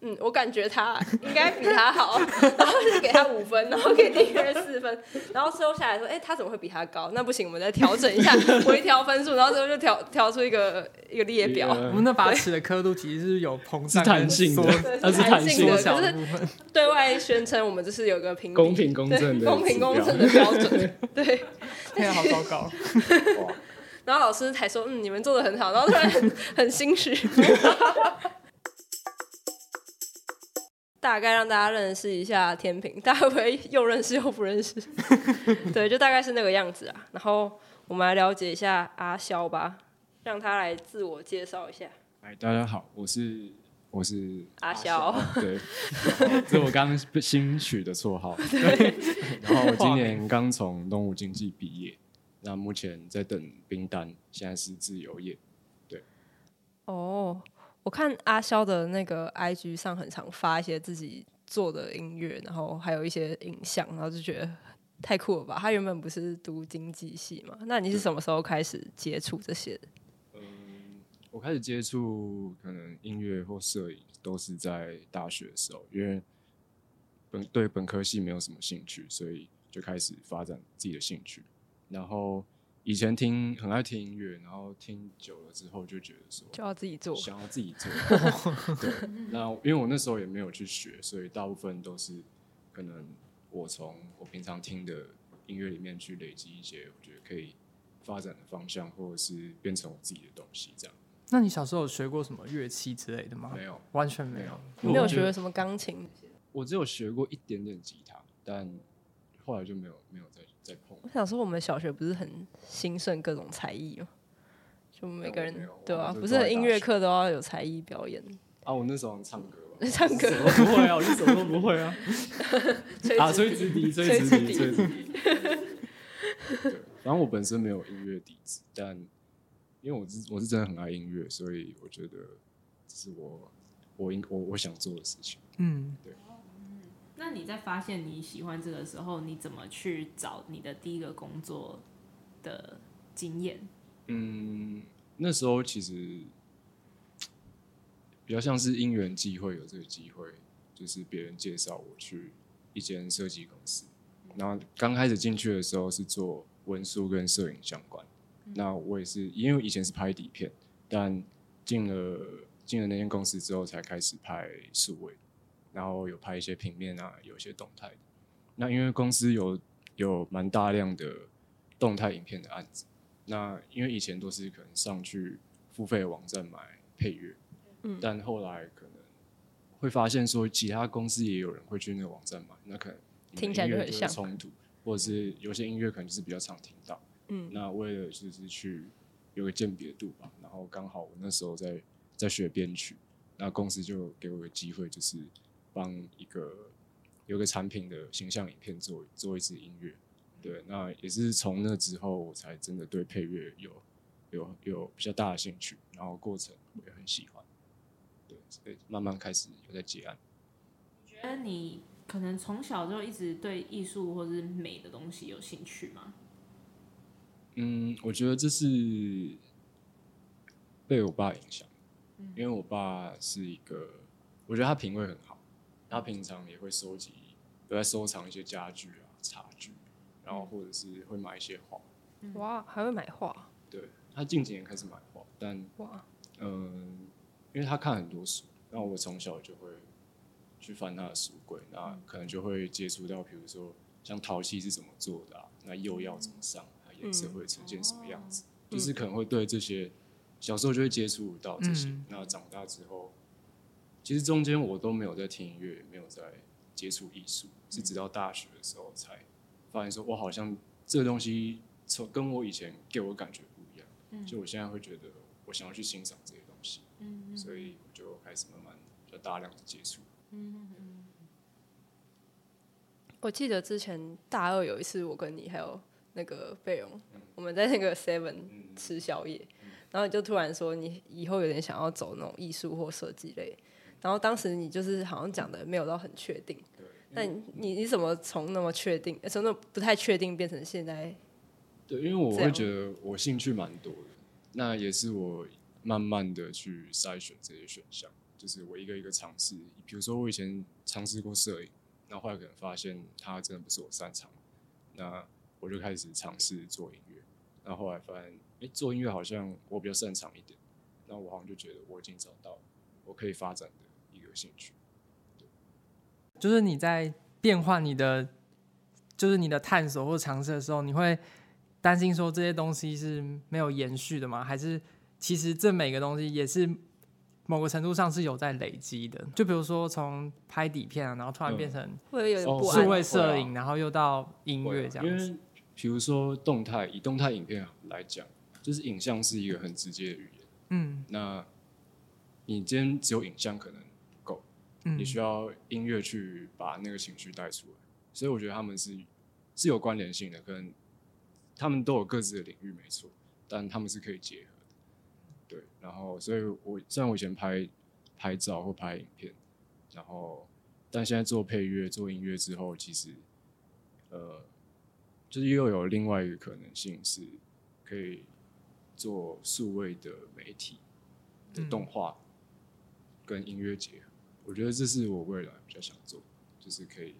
Speaker 4: 嗯，我感觉他应该比他好，然后就是给他五分，然后给订阅四分，然后最后下来说，哎、他怎么会比他高？那不行，我们再调整一下，微调分数，然后最后就调调出一个一个列表。
Speaker 2: 我
Speaker 1: 呃
Speaker 2: 们那把尺的刻度其实是有膨
Speaker 1: 是
Speaker 2: 胀
Speaker 1: 弹
Speaker 2: 跟
Speaker 1: 性
Speaker 2: 缩、
Speaker 1: 的，它是
Speaker 4: 对
Speaker 1: 弹
Speaker 4: 是
Speaker 1: 性
Speaker 2: 缩
Speaker 4: 的
Speaker 2: 小
Speaker 4: 可
Speaker 2: 的
Speaker 4: 是
Speaker 2: 部分。
Speaker 4: 对外宣称我们就是有个评比
Speaker 1: 公平公正的
Speaker 4: 对公平
Speaker 1: 指标
Speaker 4: 公正的 标准，对。
Speaker 2: 天啊，好糟糕！
Speaker 1: 哇
Speaker 4: 然后老师才说，嗯，你们做的很好，然后突然很很心虚。大概让大家认识一下天平，大家会不会又认识又不认识？ 对，就大概是那个样子啊。然后我们来了解一下阿肖吧，让他来自我介绍一下。
Speaker 1: 哎，大家好，我是我是
Speaker 4: 阿肖，
Speaker 1: 对，然后这是我刚新取的绰号。对，然后我今年刚从东吴经济毕业，那目前在等兵单，现在是自由业。
Speaker 4: 哦，我看阿肖的那个 IG 上很常发一些自己做的音乐，然后还有一些影像，然后就觉得太酷了吧。他原本不是读经济系嘛？那你是什么时候开始接触这些？
Speaker 1: 我开始接触可能音乐或摄影都是在大学的时候，因为本对本科系没有什么兴趣，所以就开始发展自己的兴趣。然后以前听很爱听音乐，然后听久了之后就觉得说，
Speaker 4: 就要自己做？
Speaker 1: 想要自己 做。对，那因为我那时候也没有去学，所以大部分都是可能我从我平常听的音乐里面去累积一些我觉得可以发展的方向，或者是变成我自己的东西这样。
Speaker 2: 那你小时候有学过什么乐器之类的
Speaker 4: 嗯
Speaker 2: 吗？
Speaker 1: 没有，
Speaker 2: 完全没
Speaker 1: 没
Speaker 2: 有
Speaker 1: 有。，
Speaker 4: 你没有
Speaker 1: 我觉
Speaker 4: 学
Speaker 1: 得？
Speaker 4: 什么钢琴？
Speaker 1: 我只有学过一点点吉他，但后来就没有没有再再碰。
Speaker 4: 我想说，我们小学不是很兴盛各种才艺吗？就每个
Speaker 1: 没
Speaker 4: 人
Speaker 1: 有我
Speaker 4: 对啊，
Speaker 1: 我就
Speaker 4: 不
Speaker 1: 都在
Speaker 4: 是
Speaker 1: 大
Speaker 4: 音乐
Speaker 1: 学
Speaker 4: 课都要有才艺表演、，
Speaker 1: 啊，我那时候好像唱歌吧
Speaker 4: 唱歌、
Speaker 1: 我不会啊，我就什么都不会啊。
Speaker 4: 吹
Speaker 1: 啊，
Speaker 4: 纸
Speaker 1: 吹直笛，吹
Speaker 4: 吹
Speaker 1: 直
Speaker 4: 直
Speaker 1: 笛，
Speaker 4: 笛
Speaker 1: 吹直笛。对，然后我本身没有音乐底子，但因为我是我是真的很爱音乐，所以我觉得这是我我应我我想做的事情。
Speaker 2: 嗯，
Speaker 5: 那你在发现你喜欢这个时候，你怎么去找你的第一个工作的经验？
Speaker 1: 嗯，那时候其实比较像是因缘际会，有这个机会，就是别人介绍我去一间设计公司。然后刚开始进去的时候是做文书跟摄影相关，那我也是因为以前是拍底片，但进了进了那间公司之后才开始拍数位，然后有拍一些平面啊，有一些动态的。那因为公司有有蛮大量的动态影片的案子，那因为以前都是可能上去付费网站买配乐，
Speaker 4: 嗯
Speaker 1: 但后来可能会发现说，其他公司也有人会去那个网站买，那可能你们
Speaker 4: 听起来
Speaker 1: 音乐
Speaker 4: 就很
Speaker 1: 会
Speaker 4: 像
Speaker 1: 冲突，或者是有些音乐可能就是比较常听到。
Speaker 4: 嗯
Speaker 1: 那为了就是去有个鉴别度吧，然后刚好我那时候在在学编曲，那公司就给我个机会，就是帮一个有个产品的形象影片做做一支音乐。对，那也是从那之后，我才真的对配乐有有有比较大的兴趣，然后过程我也很喜欢。对，所以慢慢开始有在结案。
Speaker 5: 觉得你可能从小就一直对艺术或是美的东西有兴趣吗？
Speaker 1: 嗯，我觉得这是被我爸影响，因为我爸是一个，我觉得他品味很好，他平常也会收集，有在收藏一些家具啊、茶具，然后或者是会买一些画。
Speaker 4: 哇，还会买画
Speaker 1: 对他近几年开始买画，但
Speaker 4: 哇，
Speaker 1: 嗯，因为他看很多书，那我从小就会去翻他的书柜，那可能就会接触到，比如说像陶器是怎么做的、啊，那釉药怎么上，它颜色会呈现什么样子，就是可能会对这些小时候就会接触到这些。
Speaker 2: 嗯
Speaker 1: 那长大之后，其实中间我都没有在听音乐，也没有在接触艺术，是直到大学的时候才发现说，我好像这个东西从跟我以前给我感觉不一样，
Speaker 5: 嗯
Speaker 1: 就我现在会觉得我想要去欣赏这些东西，
Speaker 5: 嗯
Speaker 1: 所以我就开始慢慢比较大量的接触。
Speaker 4: 我记得之前大二有一次，我跟你还有那个贝荣，我们在那个 Seven 吃宵夜，然后你就突然说你以后有点想要走那种艺术或设计类，然后当时你就是好像讲的没有到很确定，
Speaker 1: 对，
Speaker 4: 那你你你怎么从那么确定，呃从那么不太确定变成现在？
Speaker 1: 对，因为我
Speaker 4: 这
Speaker 1: 会
Speaker 4: 样
Speaker 1: 觉得我兴趣蛮多的，那也是我慢慢的去筛选这些选项，就是我一个一个尝试。比如说我以前尝试过摄影，那后来可能发现它真的不是我擅长，那我就开始尝试做音乐。那后来发现，哎、做音乐好像我比较擅长一点，那我好像就觉得我已经找到我可以发展的一个兴趣。
Speaker 2: 就是你在变换你的，就是你的探索或尝试的时候，你会担心说这些东西是没有延续的吗？还是其实这每个东西也是某个程度上是有在累积的？就比如说从拍底片啊，然后突然
Speaker 1: 嗯
Speaker 2: 变成
Speaker 4: 会啊有点
Speaker 1: 哦
Speaker 4: 不
Speaker 1: 是
Speaker 4: 安
Speaker 2: 数
Speaker 1: 我
Speaker 2: 位
Speaker 1: 也
Speaker 2: 摄影，然后又到音
Speaker 1: 会
Speaker 2: 乐
Speaker 1: 啊
Speaker 2: 这样子。
Speaker 1: 因为比如说动态，以动态影片来讲，就是影像是一个很直接的语言。
Speaker 2: 嗯
Speaker 1: 那你今天只有影像可能不够，
Speaker 2: 嗯
Speaker 1: 你，需要音乐去把那个情绪带出来。所以我觉得他们是是有关联性的，跟他们都有各自的领域没错，但他们是可以结合的。对，然后所以我虽然我以前拍拍照或拍影片，然后但现在做配乐、做音乐之后，其实呃，就是又有另外一个可能性是可以做数位的媒体的动画跟音乐结合。我觉得这是我未来比较想做，就是可以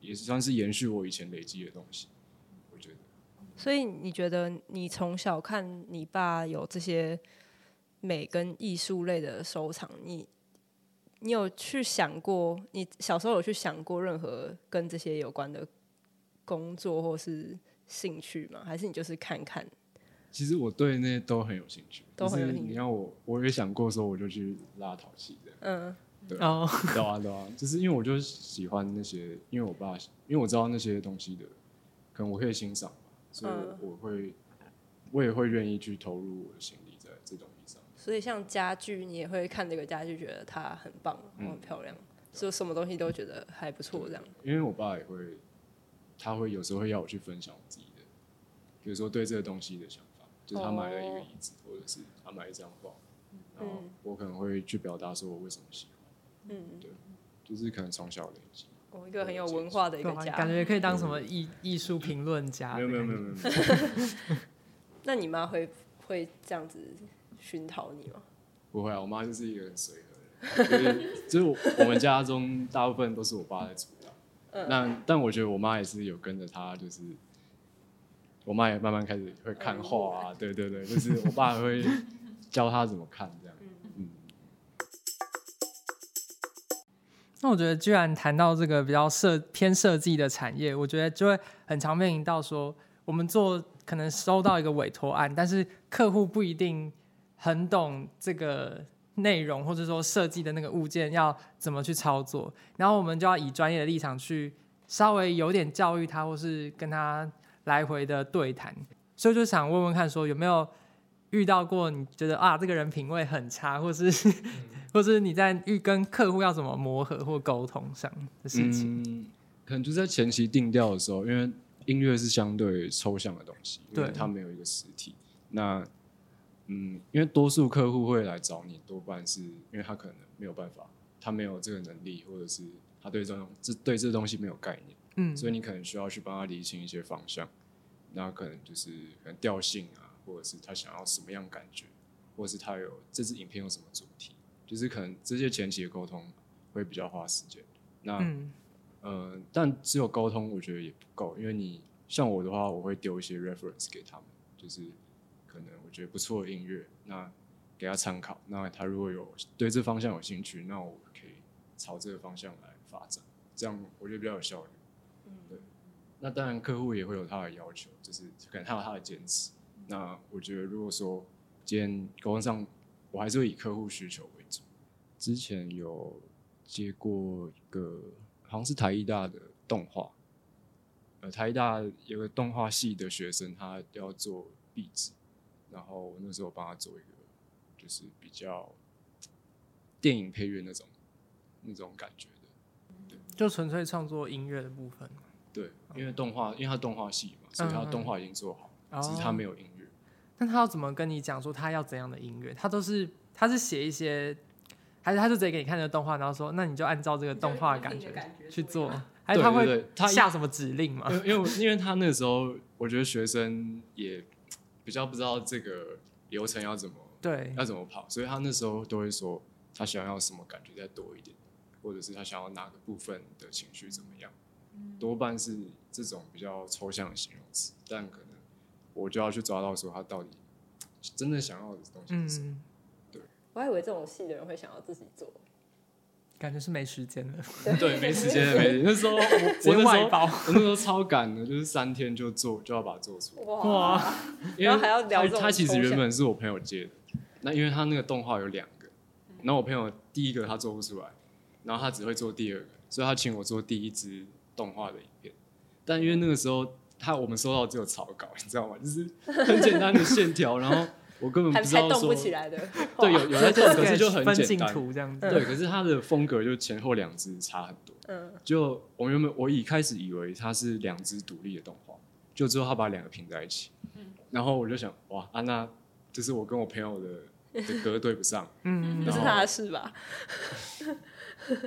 Speaker 1: 也算是延续我以前累积的东西。我觉得
Speaker 4: 所以你觉得你从小看你爸有这些美跟艺术类的收藏，你你有去想过，你小时候有去想过任何跟这些有关的工作或是兴趣吗？还是你就是看看？
Speaker 1: 其实我对那些都很有兴趣，
Speaker 4: 都很有
Speaker 1: 就是
Speaker 4: 兴趣
Speaker 1: 你让我，我也想过说我就去拉陶器这样。
Speaker 4: 嗯，
Speaker 2: 哦，
Speaker 1: 对啊，对啊，就是因为我就喜欢那些，因为我爸，因为我知道那些东西的，可能我可以欣赏吧，所以我,、
Speaker 4: 嗯
Speaker 1: 会，我也会愿意去投入我的心力在这东西上。
Speaker 4: 所以像家具，你也会看这个家具，觉得它很棒，然后很漂亮，就什么东西都觉得还不错这样。
Speaker 1: 因为我爸也会，他会有时候会要我去分享我自己的，比如说对这个东西的想法，就是他买了一个
Speaker 4: 哦
Speaker 1: 椅子，或者是他买了一张画，然后
Speaker 4: 嗯
Speaker 1: 我可能会去表达说我为什么喜欢，
Speaker 4: 嗯，
Speaker 1: 就是可能从小累积。
Speaker 4: 我一个很有文化的一
Speaker 2: 对
Speaker 4: 个
Speaker 2: 啊
Speaker 4: 家，
Speaker 2: 感觉也可以当什么艺艺术评论家。
Speaker 1: 嗯没有没有没有没有，没有
Speaker 4: 那你妈会会这样子熏陶你吗？
Speaker 1: 不会啊，我妈就是一个很随和的人，就是就是我们家中大部分都是我爸在主 导。
Speaker 4: 嗯
Speaker 1: 那但我觉得我妈也是有跟着他，就是我妈也慢慢开始会
Speaker 4: 嗯
Speaker 1: 看画啊，对对对，就是我爸还会教她怎么看这样。嗯，
Speaker 2: 那我觉得，居然谈到这个比较设偏设计的产业，我觉得就会很常面临到说，我们做可能收到一个委托案，但是客户不一定很懂这个内容，或者说设计的那个物件要怎么去操作，然后我们就要以专业的立场去稍微有点教育他，或是跟他来回的对谈。所以就想问问看，说有没有遇到过你觉得啊，这个人品味很差，或是
Speaker 1: 嗯
Speaker 2: 或是你在遇跟客户要怎么磨合或沟通上的事情？
Speaker 1: 嗯，可能就在前期定调的时候，因为音乐是相对抽象的东西，因为
Speaker 2: 对
Speaker 1: 它没有一个实体。那嗯，因为多数客户会来找你，多半是因为他可能没有办法，他没有这个能力，或者是他对这种这对这东西没有概念，
Speaker 2: 嗯，
Speaker 1: 所以你可能需要去帮他理清一些方向。那可能就是可能调性啊，或者是他想要什么样感觉，或者是他有这支影片有什么主题，就是可能这些前期的沟通会比较花时间。那、
Speaker 2: 嗯
Speaker 1: 呃，但只有沟通，我觉得也不够，因为你像我的话，我会丢一些 reference 给他们，就是可能我觉得不错的音乐，那给他参考。那他如果有对这方向有兴趣，那我可以朝这个方向来发展，这样我觉得比较有效率。对。那当然，客户也会有他的要求，就是可能他有他的坚持。那我觉得，如果说今天沟通上，我还是会以客户需求为主。之前有接过一个好像是台艺大的动画，呃台大有个动画系的学生，他要做壁纸，然后我那时候帮他做一个，就是比较电影配乐那种那种感觉的。
Speaker 2: 就纯粹创作音乐的部分。
Speaker 1: 对，因为动画，因为他动画系嘛，所以他
Speaker 2: 哦嗯嗯
Speaker 1: 动画已经做好，
Speaker 2: 哦
Speaker 1: 只是他没有音乐。
Speaker 2: 那他要怎么跟你讲说他要怎样的音乐？他都是他是写一些，还是他就直接给你看这个动画，然后说那你就按照这个动画的感觉去做， 还
Speaker 1: 对
Speaker 2: 是哎他
Speaker 1: 对
Speaker 2: 会
Speaker 1: 对，他呃
Speaker 2: 下什么指令吗？
Speaker 1: 因为因为因为他那时候，我觉得学生也比较不知道这个流程要怎么
Speaker 2: 对，
Speaker 1: 要怎么跑，所以他那时候都会说他想要什么感觉再多一点，或者是他想要哪个部分的情绪怎么样，
Speaker 2: 嗯
Speaker 1: 多半是这种比较抽象的形容词，但可能我就要去抓到说他到底真的想要的东西是什么。
Speaker 2: 嗯，
Speaker 4: 我还以为这种戏的人会想要自己做，
Speaker 2: 感觉是没时间了，
Speaker 1: 对，没时间，没时间那时候我
Speaker 2: 直
Speaker 1: 我
Speaker 2: 接
Speaker 1: 那时
Speaker 2: 外
Speaker 1: 候
Speaker 2: 包。
Speaker 1: 我那时候超赶的，就是三天就做就要把它做出来。
Speaker 4: 哇，
Speaker 1: 因
Speaker 4: 然
Speaker 1: 为
Speaker 4: 后还要聊这种
Speaker 1: 他他其实
Speaker 4: 抽象
Speaker 1: 原本是我朋友接的，那因为他那个动画有两个，
Speaker 4: 嗯
Speaker 1: 然后我朋友第一个他做不出来，然后他只会做第二个，所以他请我做第一支动画的影片。但因为那个时候他我们收到只有草稿，你知道吗？ 就是很简单的线条，然后我根本
Speaker 4: 还
Speaker 1: 不知
Speaker 4: 还
Speaker 1: 道
Speaker 4: 动
Speaker 1: 说
Speaker 4: 不起来的，
Speaker 1: 对有有在动，可是就很
Speaker 2: 分
Speaker 1: 简
Speaker 2: 镜
Speaker 1: 单。
Speaker 2: 图这样子，
Speaker 1: 对，可是他的风格就前后两支差很多。
Speaker 4: 嗯，
Speaker 1: 就我原本我一开始以为它是两支独立的动画，就之后他把两个拼在一起，
Speaker 4: 嗯
Speaker 1: 然后我就想哇，安、娜，就是我跟我朋友 的的歌对不上，
Speaker 2: 嗯，
Speaker 4: 不是
Speaker 1: 然后
Speaker 4: 他的事吧？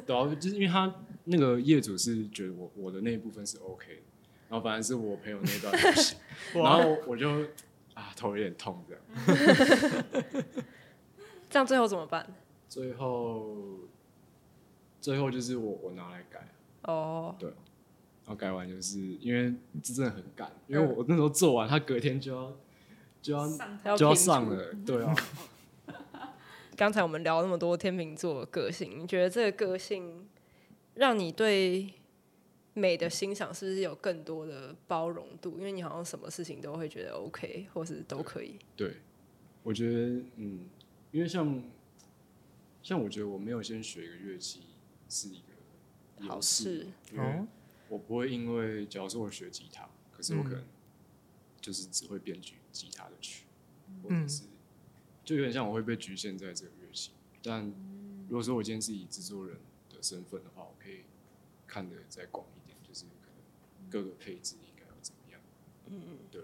Speaker 1: 对啊，就是因为他那个业主是觉得我我的那一部分是 OK 的，然后反而是我朋友那一段不 行，然后我我就啊头有点痛这样，
Speaker 4: 这样最后怎么办？
Speaker 1: 最后最后就是我我拿来改。
Speaker 4: 哦，
Speaker 1: 然后改完就是因为这真的很赶，因为我我那时候做完，他隔天就要就要
Speaker 4: 要
Speaker 1: 就要
Speaker 4: 评出
Speaker 1: 上了，对啊，
Speaker 4: 刚才我们聊那么多天秤座的个性，你觉得这个个性让你对美的欣赏是不是有更多的包容度？因为你好像什么事情都会觉得 OK，或是都可以。
Speaker 1: 对，我觉得嗯，因为像像我觉得我没有先学一个乐器是一个
Speaker 4: 好
Speaker 1: 优势
Speaker 4: 事，
Speaker 1: 因为
Speaker 2: 哦
Speaker 1: 我不会因为假如说我学吉他，可是我
Speaker 2: 嗯
Speaker 1: 可能就是只会编曲吉他的曲，或
Speaker 2: 嗯
Speaker 1: 者是就有点像我会被局限在这个乐器，但
Speaker 2: 嗯
Speaker 1: 如果说我今天是以制作人的身份的话，我可以看得再广一点，就是可能
Speaker 2: 嗯
Speaker 1: 各个配置应该要怎么样。嗯，对，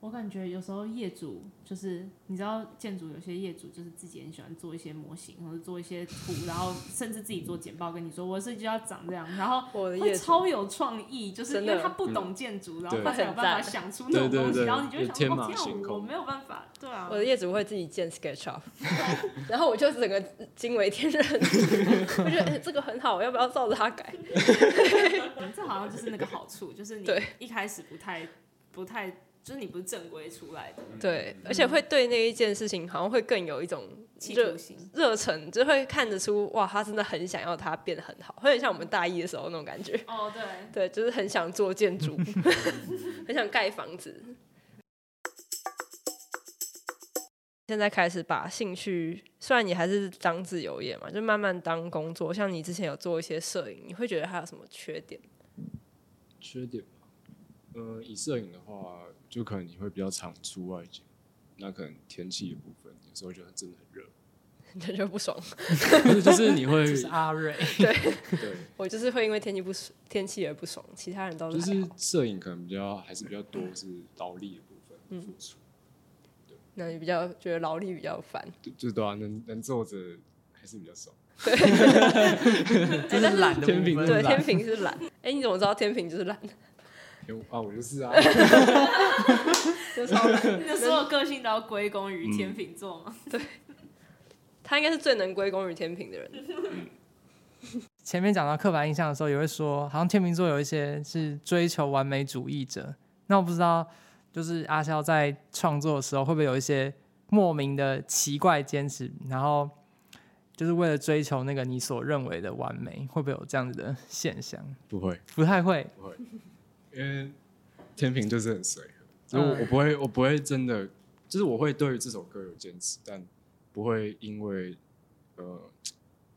Speaker 5: 我感觉有时候业主就是，你知道建筑有些业主就是自己很喜欢做一些模型，或者做一些图，然后甚至自己做简报跟你说我设计就要长这样，然后
Speaker 4: 我的
Speaker 5: 会
Speaker 4: 业主
Speaker 5: 超有创意，就是
Speaker 4: 真
Speaker 5: 因
Speaker 4: 的
Speaker 5: 为他不懂建筑，然
Speaker 1: 嗯
Speaker 5: 后
Speaker 1: 对
Speaker 5: 他才有办法
Speaker 4: 很赞
Speaker 5: 想出那
Speaker 1: 对
Speaker 5: 种
Speaker 1: 对
Speaker 5: 东西，
Speaker 1: 对
Speaker 5: 然后你就会
Speaker 1: 有
Speaker 5: 想
Speaker 1: 天
Speaker 5: 说
Speaker 1: 马
Speaker 5: 哦天
Speaker 1: 行
Speaker 5: 啊，我
Speaker 1: 空
Speaker 5: 没有办法，对啊，
Speaker 4: 我的业主会自己建 SketchUp，然后我就整个惊为天人， 我觉得、欸这个很好，我要不要照着他改？
Speaker 5: 这好像就是那个好处，就是你
Speaker 4: 对
Speaker 5: 一开始不太不太，就是你不是正规出来的，
Speaker 4: 对，而且会对那一件事情好像会更有一种
Speaker 5: 企
Speaker 4: 热
Speaker 5: 图心。
Speaker 4: 热忱，就会看得出哇，他真的很想要它变得很好，会很像我们大一的时候那种感觉。
Speaker 5: 哦，对，
Speaker 4: 对，就是很想做建筑， 很想盖房子。现在开始把兴趣，虽然你还是当自由业嘛，就慢慢当工作。像你之前有做一些摄影，你会觉得它有什么缺点？
Speaker 1: 缺点嘛，呃，以摄影的话，就可能你会比较常出外景，那可能天气的部分有时候就真的很 热，
Speaker 4: 你就觉得不爽？
Speaker 1: 不是就是你会
Speaker 2: 就是阿瑞，
Speaker 1: 对。
Speaker 4: 我就是会因为天气不爽天气而不爽，其他人都
Speaker 1: 就是
Speaker 4: 还
Speaker 1: 是
Speaker 4: 好。
Speaker 1: 摄影可能比较还是比较多是劳力的部
Speaker 2: 嗯
Speaker 1: 分付出，
Speaker 4: 那你比较觉得劳力比较烦，
Speaker 1: 就就对啊，能能坐着还是比较爽。
Speaker 2: 这是懒的
Speaker 1: 天
Speaker 2: 部
Speaker 1: 秤
Speaker 2: 分。
Speaker 4: 对，
Speaker 1: 懒
Speaker 4: 天平是懒。哎、你怎么知道天平就是 懒？
Speaker 1: 因为啊，我就是啊，
Speaker 4: 就是超懒。
Speaker 5: 那所有个性都要归功
Speaker 1: 嗯
Speaker 5: 于天秤座嘛。
Speaker 4: 他应该是最能归功于天平的人。
Speaker 2: 前面讲到刻板印象的时候，也会说，好像天秤座有一些是追求完美主义者。那我不知道，就是阿肖在创作的时候，会不会有一些莫名的奇怪坚持，然后就是为了追求那个你所认为的完美，会不会有这样子的现象？
Speaker 1: 不会
Speaker 2: 不太会，
Speaker 1: 不会，因为天平就是很随和，所以我我不会我不会真的，就是我会对这首歌有坚持，但不会因为呃，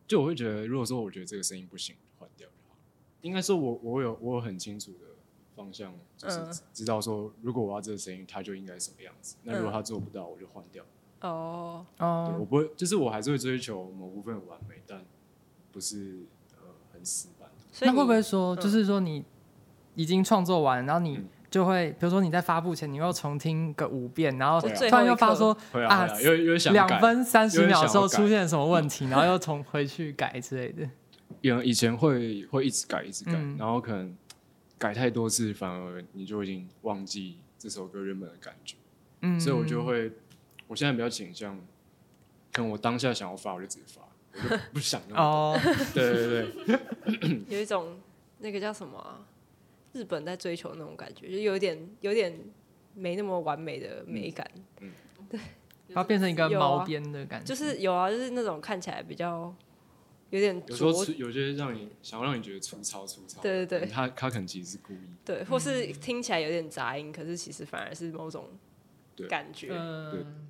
Speaker 1: 就我会觉得，如果说我觉得这个声音不行，换掉就好了。应该说我我有我有很清楚的方向，就是知道说，如果我要这个声音，它就应该什么样子。那如果它做不到，我就换掉。
Speaker 4: 哦，
Speaker 1: 对
Speaker 2: 哦
Speaker 1: 我不会，就是我还是会追求某部分的完美，但不是呃很死板。
Speaker 4: 所以
Speaker 2: 那会不
Speaker 4: 你
Speaker 2: 会说，就是说你已经创作完，然后你
Speaker 1: 嗯
Speaker 2: 就会，比如说你在发布前，你又重听个五遍，然后
Speaker 1: 就
Speaker 2: 突
Speaker 4: 最
Speaker 2: 然
Speaker 4: 后
Speaker 2: 又
Speaker 4: 一
Speaker 2: 发
Speaker 4: 刻
Speaker 2: 说
Speaker 1: 会啊，
Speaker 2: 啊
Speaker 1: 会啊，有有想
Speaker 2: 两
Speaker 1: 改。
Speaker 2: 分三十
Speaker 1: 有点
Speaker 2: 秒
Speaker 1: 想
Speaker 2: 的时候
Speaker 1: 要改
Speaker 2: 出现什么问题，然后又重回去改之 类的。
Speaker 1: 有以前会会一直改，一直改，
Speaker 2: 嗯
Speaker 1: 然后可能改太多次，反而你就已经忘记这首歌原本的感觉。
Speaker 2: 嗯，
Speaker 1: 所以我就会，我现在比较倾向，可能我当下想要发我就直接发，我就不想那么
Speaker 2: 哦，
Speaker 1: 对对对，
Speaker 4: 有一种那个叫什么啊、日本在追求那种感觉，就有点有点没那么完美的美感，
Speaker 2: 嗯然后变成一个
Speaker 4: 有
Speaker 2: 毛
Speaker 4: 啊
Speaker 2: 边的感觉，
Speaker 4: 就是有啊，就是那种看起来比较有点
Speaker 1: 有时 候
Speaker 4: 拙
Speaker 1: 粗有些让你想要让你觉得粗糙粗糙，
Speaker 4: 对对对
Speaker 1: 他他可能其实是故意，
Speaker 2: 嗯
Speaker 4: 对，或是听起来有点杂音，可是其实反而是某种
Speaker 1: 对
Speaker 4: 感觉。
Speaker 1: 对
Speaker 2: 嗯。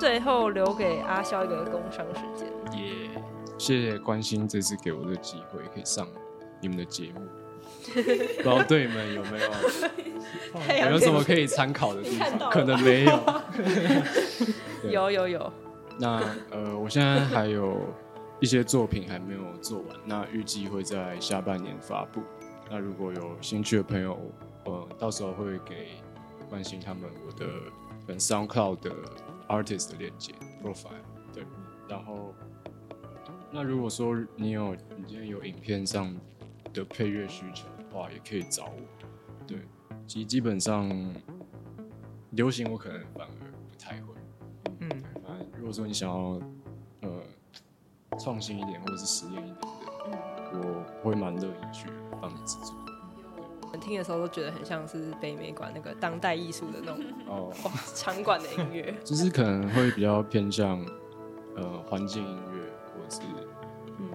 Speaker 4: 最后留给阿肖一个工商时间，
Speaker 2: 哦
Speaker 1: 耶、谢谢关心这次给我的机会，可以上你们的节 目，不知道对你们有没有有
Speaker 4: 太
Speaker 1: 没
Speaker 4: 阳
Speaker 1: 有什么
Speaker 4: 天
Speaker 1: 可以参考的地
Speaker 4: 你看到
Speaker 1: 方？
Speaker 4: 了
Speaker 1: 可能没有。对
Speaker 4: 有有有，
Speaker 1: 那呃，我现在还有一些作品还没有做完，那预计会在下半年发布。那如果有兴趣的朋友，呃，到时候会给关心他们我的跟 SoundCloud 的 artist 的链接 profile。对，然后那如果说你有你今天有影片上的配乐需求的话，也可以找我。对，其实基本上流行我可能反而不太会。
Speaker 2: 嗯
Speaker 1: 对反正如果说你想要呃创新一点或者是实验一点的，我会蛮乐意去帮你制作。
Speaker 4: 我们听的时候都觉得很像是北美馆那个当代艺术的那种
Speaker 1: 哦，
Speaker 4: 哇场馆的音 乐。
Speaker 1: 就是可能会比较偏向呃环境音乐或者是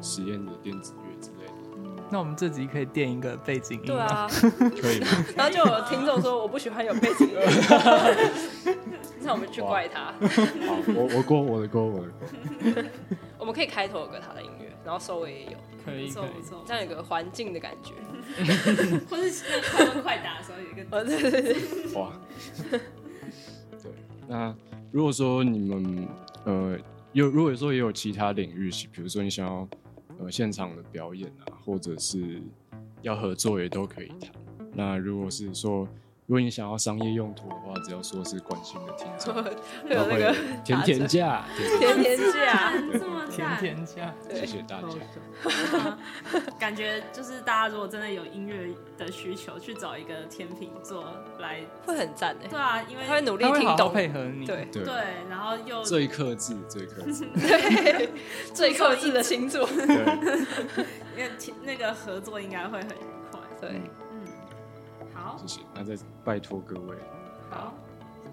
Speaker 1: 实验的电子乐之类的，
Speaker 2: 那我们这集可以垫一个背景音
Speaker 4: 对
Speaker 2: 吗，
Speaker 4: 啊，
Speaker 1: 可以吗？
Speaker 4: 然后就有听众说我不喜欢有背景 音乐，那我们去怪他。
Speaker 1: 好，我我过我的过我的过，
Speaker 4: 我们可以开头有个他的音乐，然后收尾也有，
Speaker 2: 可
Speaker 5: 不
Speaker 2: 以
Speaker 5: 错
Speaker 2: 可
Speaker 5: 不
Speaker 2: 以。
Speaker 5: 错，
Speaker 4: 这样有个环境的感觉。
Speaker 5: 或是那个快问快答的时候有一个
Speaker 4: 哦，对对对，
Speaker 1: 哇， 对，那如果说你们呃有，如果说也有其他领域，比如说你想要呃现场的表演啊，或者是要合作也都可以谈。那如果是说，如果你想要商业用途的话，只要说是关心的听众，
Speaker 4: 会
Speaker 1: 都
Speaker 4: 有那个
Speaker 1: 会甜甜价，甜
Speaker 4: 甜甜价，
Speaker 5: 啊这么
Speaker 2: 甜
Speaker 5: 赞，
Speaker 2: 甜酱，
Speaker 1: 谢谢大家。
Speaker 5: 感觉就是大家如果真的有音乐的需求，去找一个天秤座来，
Speaker 4: 会很赞诶
Speaker 5: 对。啊，因
Speaker 4: 他会
Speaker 5: 为
Speaker 4: 努力
Speaker 2: 他会
Speaker 4: 听
Speaker 2: 好好
Speaker 4: 懂，
Speaker 2: 配合你。
Speaker 4: 对，
Speaker 1: 对，
Speaker 5: 对，然后又
Speaker 1: 最克制，最克 制，
Speaker 4: 最克制的星座，
Speaker 1: 对，
Speaker 5: 那那个合作应该会很愉快。
Speaker 4: 对，
Speaker 5: 好
Speaker 1: 谢，谢。那再拜托各位，
Speaker 5: 好，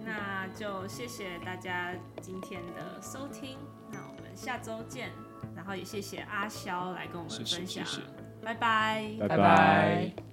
Speaker 5: 那就谢谢大家今天的收听，那我们下周见。然后也谢谢阿肖来跟我们
Speaker 1: 谢谢
Speaker 5: 分享，
Speaker 1: 谢谢
Speaker 5: 拜拜。
Speaker 1: 拜
Speaker 2: 拜拜